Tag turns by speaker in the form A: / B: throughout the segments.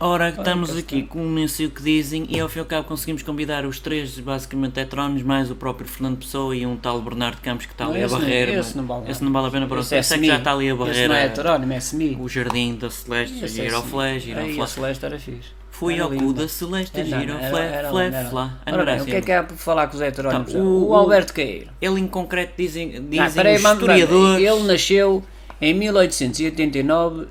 A: Ora, estamos aqui com um nem sei o que dizem e ao fim e ao cabo conseguimos convidar os três, basicamente heterónimos, mais o próprio Fernando Pessoa e um tal Bernardo Campos que está ali
B: Não,
A: a
B: esse não-
A: barreira.
B: esse não vale a
A: esse não vale a pena para
B: Esse
A: você.
B: é
A: Esse é que já
B: semi.
A: está ali a
B: Esse
A: barreira.
B: não é heterónimo, é semi.
A: o jardim da Celeste,
B: Esse é
A: Giroflé,
B: semi. Aí, a
A: Giroflé.
B: Celeste era fixe.
A: Fui
B: Era
A: ao cu
B: linda.
A: da Celeste,
B: Era, era,
A: Giroflé,
B: era
A: Flé,
B: linda.
A: Flá.
B: Ora bem, o que é que há por falar com os heterónimos?
A: assim, Tá, o-
B: o,
A: o-
B: Alberto Caeiro.
A: Ele em concreto dizem, dizem
B: Ah, peraí,
A: os
B: manda- manda.
A: historiadores.
B: Ele nasceu em 1889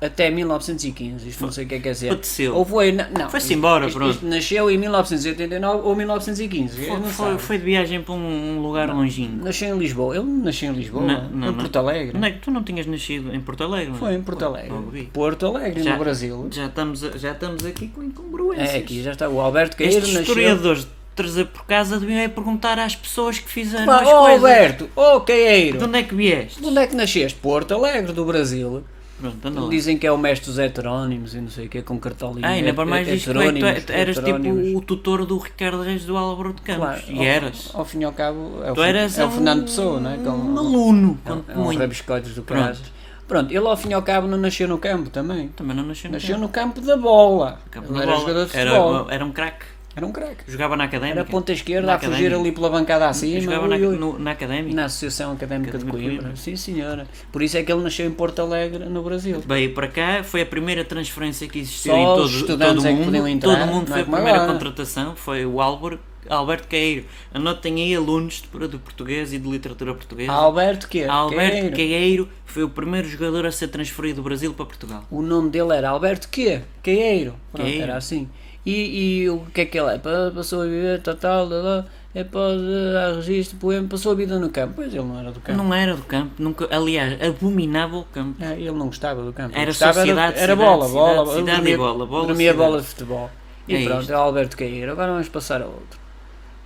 B: até 1915. Isto não sei o que é que quer dizer.
A: Aconteceu.
B: Ou foi. na- Não.
A: Foi-se
B: isto-
A: embora,
B: isto-
A: pronto.
B: isto nasceu em 1989 ou 1915. eu
A: Foi-
B: não
A: foi,
B: sei.
A: foi de viagem para um, um lugar longínquo.
B: Nasceu em Lisboa. Ele não nasceu em Lisboa.
A: Não, não,
B: em
A: não.
B: Porto Alegre.
A: Não é que tu não tinhas nascido em Porto Alegre? não é?
B: Foi em Porto
A: Logo
B: Alegre.
A: vi.
B: Porto Alegre,
A: Já-
B: no Brasil.
A: Já estamos, a- já estamos aqui com incongruências.
B: É, aqui já está. O Alberto Caeiro
A: Estes
B: nasceu.
A: historiadores de trazer por casa deviam é perguntar às pessoas que fizeram
B: Pá,
A: as
B: ó,
A: coisas.
B: oh, Alberto, ô
A: De
B: Caeiro,
A: onde é que vieste?
B: de onde é que nasceste? Porto Alegre, do Brasil.
A: Pronto, anda lá.
B: Dizem que é o mestre dos heterónimos e não sei o que, com cartolinho.
A: Ah, ainda para mais
B: He-
A: diz que tu é- tu é-
B: heterónimos,
A: eras tipo
B: heterónimos.
A: o tutor do Ricardo Reis do Álvaro de Campos.
B: Claro,
A: e
B: ao-
A: eras.
B: Ao, fim e ao cabo, é o,
A: Tu
B: Fer-
A: eras
B: é o
A: um-
B: Fernando Pessoa, não é? Com,
A: Um aluno,
B: é um-
A: quanto
B: é um
A: muito.
B: rabiscoites do
A: Pronto.
B: Caracas. Pronto, ele ao fim e ao cabo não nasceu no campo também.
A: Também não nasceu no
B: Nasceu
A: campo.
B: no campo da bola.
A: Campo
B: ele
A: na
B: era
A: bola.
B: jogador de
A: Era-
B: futebol.
A: era um craque.
B: Era um craque.
A: Jogava na académica.
B: Era ponta esquerda
A: Na
B: a fugir
A: académica.
B: ali pela bancada acima.
A: Eu jogava
B: ui,
A: na,
B: ui.
A: no- na académica.
B: Na Associação Académica de
A: Académica de
B: Coimbra.
A: Coimbra.
B: Sim, senhora. Por isso é que ele nasceu em Porto Alegre, no Brasil.
A: Veio para cá, foi a primeira transferência que existiu
B: Só
A: em todo,
B: os estudantes
A: todo
B: é
A: o
B: que
A: mundo.
B: podiam entrar,
A: todo o mundo
B: não
A: foi
B: é
A: a
B: como
A: primeira
B: agora.
A: contratação, foi o Álvaro, Alberto Caeiro. Anotem aí alunos de, de português e de literatura portuguesa.
B: Alberto que
A: Alberto Caeiro foi o primeiro jogador a ser transferido do Brasil para Portugal.
B: O nome dele era Alberto Quê? Queiro. Pronto,
A: Queiro.
B: era assim. E, e o que é que ele é? Pa- Passou a viver, tal, tal, tal, tal, é para registro, poema, passou a vida no campo. Pois ele não era do campo.
A: Não era do campo, nunca, aliás, abominava o campo.
B: É, ele não gostava do campo.
A: Era
B: Ele gostava
A: sociedade,
B: era, era
A: cidade,
B: bola, bola,
A: cidade,
B: ele
A: cidade
B: dormia,
A: e bola, bola,
B: dormia
A: cidade.
B: bola de futebol. E
A: É
B: pronto,
A: isto.
B: é Alberto Cair. Agora vamos passar a outro.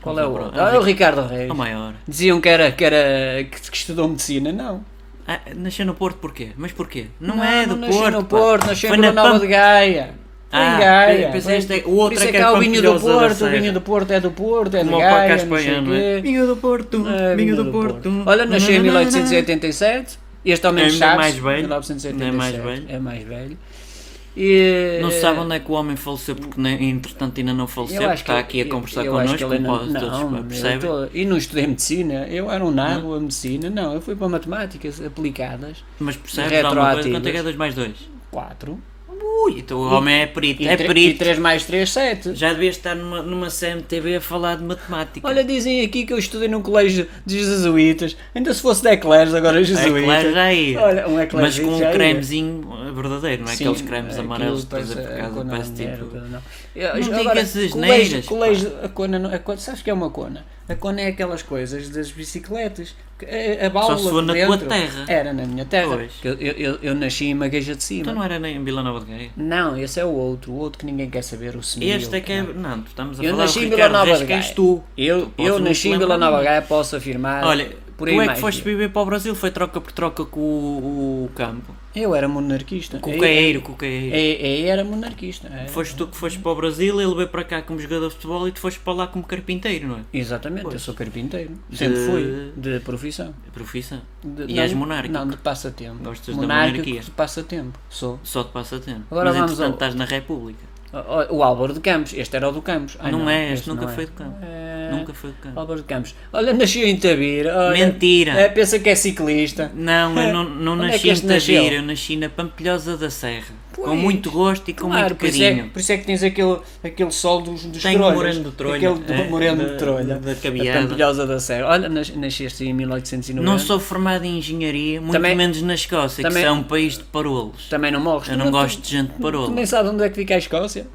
B: Qual é o
A: Vamos lá,
B: outro?
A: vamos
B: Ah, é o Ricardo Reis.
A: A Oh, maior.
B: Diziam que era, que era que, que estudou medicina, não.
A: Ah, nasceu no Porto porquê? Mas porquê? Não, é do
B: nasceu
A: Porto.
B: no
A: pá.
B: Porto, nasceu
A: Foi
B: em
A: na
B: Vila Nova
A: Pam-
B: de Gaia. Foi
A: Ah,
B: em Gaia.
A: pensei este é- o
B: Por
A: outro
B: isso
A: é
B: é
A: que
B: que
A: é
B: há o vinho do
A: Pampilhosa da
B: Porto, o
A: Serra.
B: vinho do Porto é do Porto, é de
A: Como ao Paca
B: Gaia, não sei o
A: Espanhano, é?
B: quê.
A: Vinho do Porto,
B: É,
A: vinho do Porto.
B: Olha, nasceu em
A: Nananana.
B: 1887. Este homem
A: É Ainda
B: Chaves,
A: mais velho.
B: 1987.
A: Ainda mais velho.
B: É mais velho. E,
A: Não se sabe onde é que o homem faleceu, porque ne- entretanto ainda não faleceu,
B: Eh, Eu
A: porque
B: acho que
A: está aqui a
B: ele-
A: conversar
B: eu acho
A: connosco,
B: que
A: como
B: ele não-
A: pode todos,
B: não,
A: pá,
B: eu
A: percebem?
B: tô- E não estudei medicina, eu era um nabo a medicina, não, eu fui para matemáticas aplicadas,
A: Mas percebes alguma coisa? Quanto é que é
B: Retroativas.
A: 2 mais 2?
B: 4,
A: Ui, então o homem é perito,
B: e,
A: é
B: tre- e
A: perito.
B: 3 mais 3, 7.
A: Já devias estar numa, numa CMTV a falar de matemática. É
B: Olha, dizem aqui que eu estudei num colégio de jesuítas, ainda se fosse de Eclairs, agora
A: é
B: jesuítas.
A: claro, já ia.
B: Olha, um
A: Mas
B: Eclairsito
A: com um
B: já ia.
A: cremezinho eh, verdadeiro, não é
B: Sim,
A: aqueles cremes
B: aquilo é
A: amarelos de
B: parece
A: trazer por
B: a
A: casa,
B: cona
A: parece
B: não era,
A: tipo...
B: aquilo não.
A: Não
B: Eu- agora,
A: digas as
B: colégio-
A: neiras,
B: colégio- a cona, não- a cona- sabes que é uma cona? A cona é aquelas coisas das bicicletas. que eh, A, a válvula
A: se for
B: de
A: na
B: dentro-
A: tua terra.
B: Era na minha terra.
A: Pois.
B: que Eu, eu, eu- eu nasci em Magueja de Cima.
A: Então
B: Não,
A: não era nem em Vila Nova de Gaia?
B: esse é o outro, o outro que ninguém quer saber, o semil.
A: Este é que é... Não, estamos a
B: Eu
A: falar do
B: nasci em Vila
A: Ricardo
B: Nova
A: Reis,
B: de
A: que és
B: Gaia.
A: tu.
B: Eu,
A: podes
B: eu
A: não te
B: nasci em Vila
A: lembrar
B: Nova
A: de
B: Gaia, posso afirmar.
A: Olha,
B: por aí
A: tu é que
B: mais né?
A: foste
B: dia.
A: viver para o Brasil, foi troca por troca com o, o campo.
B: Eu era monarquista.
A: Com
B: Aí-
A: o Caeiro, com o Caeiro.
B: aí- aí era monarquista. é.
A: Foste tu que foste para o Brasil, ele veio para cá como jogador de futebol e tu foste para lá como carpinteiro, não é?
B: Exatamente, eu sou carpinteiro. Sempre fui, de profissão.
A: A É profissão.
B: De-
A: E és monárquico.
B: Não, de passatempo.
A: Gostas da
B: monárquico
A: monarquia?
B: de passatempo. Sou.
A: Só de passatempo.
B: Agora
A: Mas
B: vamos
A: entretanto
B: ao-
A: estás na República.
B: O, o Álvaro de Campos. Este era o do Campos. Ai,
A: não, é, este,
B: este
A: nunca
B: não é.
A: foi do campo. Nunca foi do campo.
B: Álvaro de Campos. Olha, nasceu em Tabir. olha,
A: Mentira.
B: é, pensa que é ciclista.
A: Não, eu não, não
B: Onde é
A: nasci
B: que este
A: em Tavira,
B: nasceu?
A: eu nasci na Pampilhosa da Serra. Com
B: Pois.
A: muito gosto e com muito
B: por, isso é,
A: carinho.
B: por isso é que tens aquele, aquele sol dos, dos
A: Tenho
B: trolhas.
A: moreno de trolha.
B: Aquele do
A: é,
B: moreno
A: da-
B: de trolha.
A: Da
B: A
A: cabeada.
B: Pampilhosa da Serra. Olha, nas- nasceste em 1890.
A: Não sou formado em engenharia, muito
B: é? Também-
A: menos na Escócia,
B: também-
A: que é um país de parolos.
B: Também não morres.
A: Eu não
B: Tu-
A: gosto de gente de
B: Tu nem
A: parolos.
B: sabes onde é que fica a Escócia?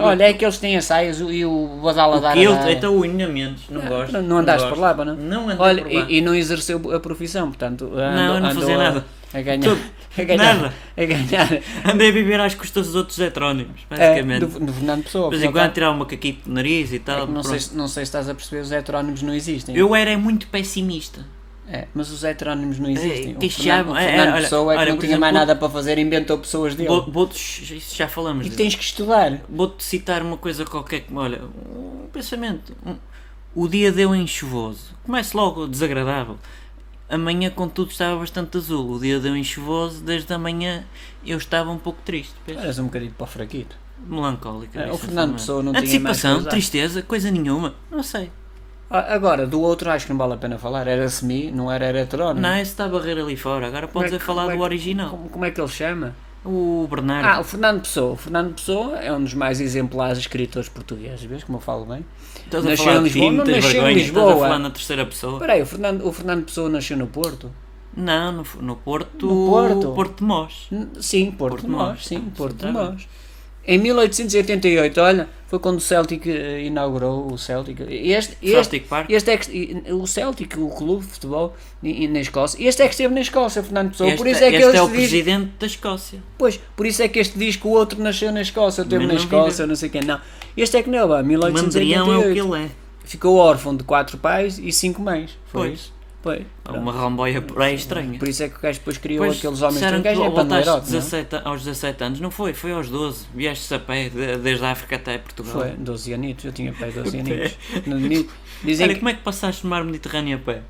B: Olha, é que eles têm ensaios e o Badala da
A: Que eu, então o Inha menos, não
B: Não,
A: gosto.
B: É, não andaste por lá, pá, não?
A: Não andei
B: Olha,
A: por lá.
B: e, e não exerceu a profissão, portanto. Andou,
A: eu não
B: andou
A: fazia
B: a,
A: nada.
B: A ganhar.
A: Tudo.
B: A ganhar.
A: Nada.
B: A ganhar. eh,
A: Andei a viver às custas dos outros heterónimos,
B: É,
A: basicamente.
B: do, do Fernando Pessoa. É
A: de vez em quando tirar um macaquito do nariz e tal.
B: não, sei,
A: pronto.
B: se- não sei se estás a perceber, os heterónimos não existem.
A: Eu era muito pessimista.
B: É, mas os heterónimos não existem. o
A: deixava-
B: Fernando, o
A: é, é,
B: Fernando
A: olha,
B: Pessoa é que
A: olha,
B: não
A: por
B: tinha mais
A: exemplo,
B: nada para fazer, inventou pessoas dele.
A: Vou- Vou-te, isso já falamos
B: e
A: disso.
B: tens que estudar.
A: Vou-te citar uma coisa qualquer que. Olha, um pensamento. Um- o dia deu em chuvoso. Comece logo desagradável. Amanhã, contudo, estava bastante azul. O dia deu em chuvoso. Desde a manhã eu estava um pouco triste. Pés.
B: Eras um bocadinho para o fraquito.
A: Melancólica.
B: É, o
A: isso,
B: Fernando
A: também.
B: Pessoa não tinha mais
A: Antecipação,
B: coisa a-
A: tristeza, coisa nenhuma. Não sei.
B: Ah, Agora, do outro acho que não vale a pena falar. Era semi, não era heterónimo.
A: Não, esse está a barreira ali fora. Agora
B: Como é
A: podes é
B: que-
A: falar
B: como é
A: do
B: que-
A: original.
B: Como, como é que ele chama?
A: O Bernardo.
B: Ah, o Fernando Pessoa. O Fernando Pessoa é um dos mais exemplares escritores portugueses, vês como eu falo bem?
A: Estás a
B: Ah, Nasceu
A: falar
B: em
A: de
B: Lisboa?
A: ti,
B: Não
A: tens
B: nasceu em
A: vergonha. Estás a
B: Lisboa.
A: falar na terceira pessoa.
B: Espera aí, o Fernando, o Fernando Pessoa nasceu no Porto?
A: Não, no, no Porto.
B: No Porto?
A: Porto de Mós.
B: N- Sim, Porto,
A: Porto
B: de
A: de
B: Mós,
A: Mós.
B: sim, Porto de
A: tá bem.
B: Mós. Em 1888, olha, foi quando o Celtic eh, inaugurou o Celtic. Este, este,
A: Celtic Park.
B: este é que, e- o Celtic, o clube de futebol e- e na Escócia. Este é que esteve na Escócia, Fernando Pessoa. por
A: Este-
B: isso é que
A: este
B: ele
A: é o
B: se diz-
A: presidente da Escócia.
B: Pois, por isso é que este diz que o outro nasceu na Escócia, esteve
A: Mas
B: na
A: não
B: Escócia,
A: vive.
B: não sei quem. Não, este é que não, vá,
A: Mandrião é o que
B: 1888.
A: ele é.
B: Ficou órfão de quatro pais e cinco mães. Foi
A: Pois. É
B: isso? Pois. pronto.
A: Uma ramboia por aí estranha.
B: Por isso é que o gajo depois criou
A: Pois,
B: aqueles homens
A: disseram
B: trancais,
A: que
B: é para não
A: voltaste
B: herói, não é?
A: 17 a- aos 17 anos, não foi? Foi aos 12. Vieste a pé de- desde a África até Portugal.
B: Foi, 12 anitos, eu tinha pai 12 anitos. No ni- Dizem
A: Olha,
B: que
A: como é que passaste no mar Mediterrâneo a pé?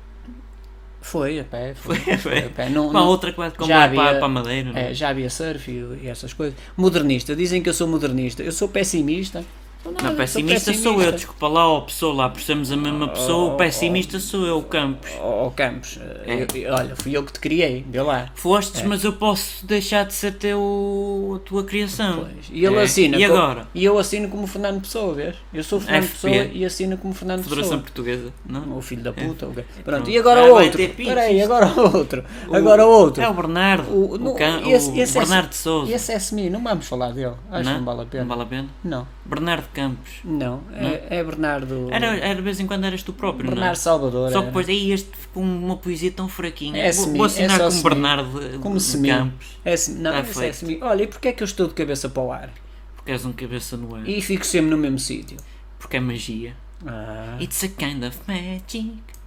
B: foi, a pé, foi,
A: Foi a pé.
B: a pé. Não,
A: Para a
B: não-
A: outra quase como
B: já
A: lá
B: havia-
A: para, para a Madeira. não é?
B: é, já havia surf e, e essas coisas. Modernista, dizem que eu sou modernista, eu sou pessimista. Sou nada,
A: Não,
B: sou
A: pessimista sou eu, desculpa lá, ó pessoa lá, por sermos a mesma
B: Oh,
A: pessoa, o pessimista sou eu, o Campos.
B: Ó ó, Campos, eh,
A: É.
B: eu- eu- olha, fui eu que te criei, vê lá.
A: Fostes, mas eu posso deixar de ser teu, a tua criação.
B: Pois. E ele
A: É.
B: assina.
A: E
B: co-
A: agora?
B: E eu assino como Fernando Pessoa, vês? Eu sou Fernando
A: FP.
B: Pessoa e assino como Fernando
A: Federação
B: Pessoa.
A: Portuguesa, não? é?
B: O filho da puta, o gajo. Pronto,
A: Pronto.
B: e agora
A: Ah, vai
B: outro.
A: ter pinches.
B: Espera aí, agora outro. Agora outro.
A: É o Bernardo, o,
B: não,
A: Cam-
B: esse-
A: o
B: esse é-
A: Bernardo de Souza.
B: Esse é SMI, não vamos falar dele. Acho que não vale a pena.
A: Não vale a pena?
B: Não,
A: Bernardo Campos.
B: não. É, é Bernardo.
A: Era, era de vez em quando eras tu próprio, não
B: Bernardo
A: era?
B: Salvador. é,
A: Só
B: era.
A: que depois, aí este com uma poesia tão fraquinha.
B: É
A: vou,
B: semi,
A: vou
B: é
A: assinar
B: só
A: como
B: semi.
A: Bernardo de-
B: Como
A: de
B: SMI.
A: Campos,
B: É SMI. Não,
A: Tá
B: esse é
A: feito.
B: SMI. Olha, e porquê é que eu estou de cabeça para o ar?
A: porque és um cabeça no ar,
B: E fico sempre no mesmo sítio.
A: porque é magia.
B: Ah.
A: It's a kind of magic.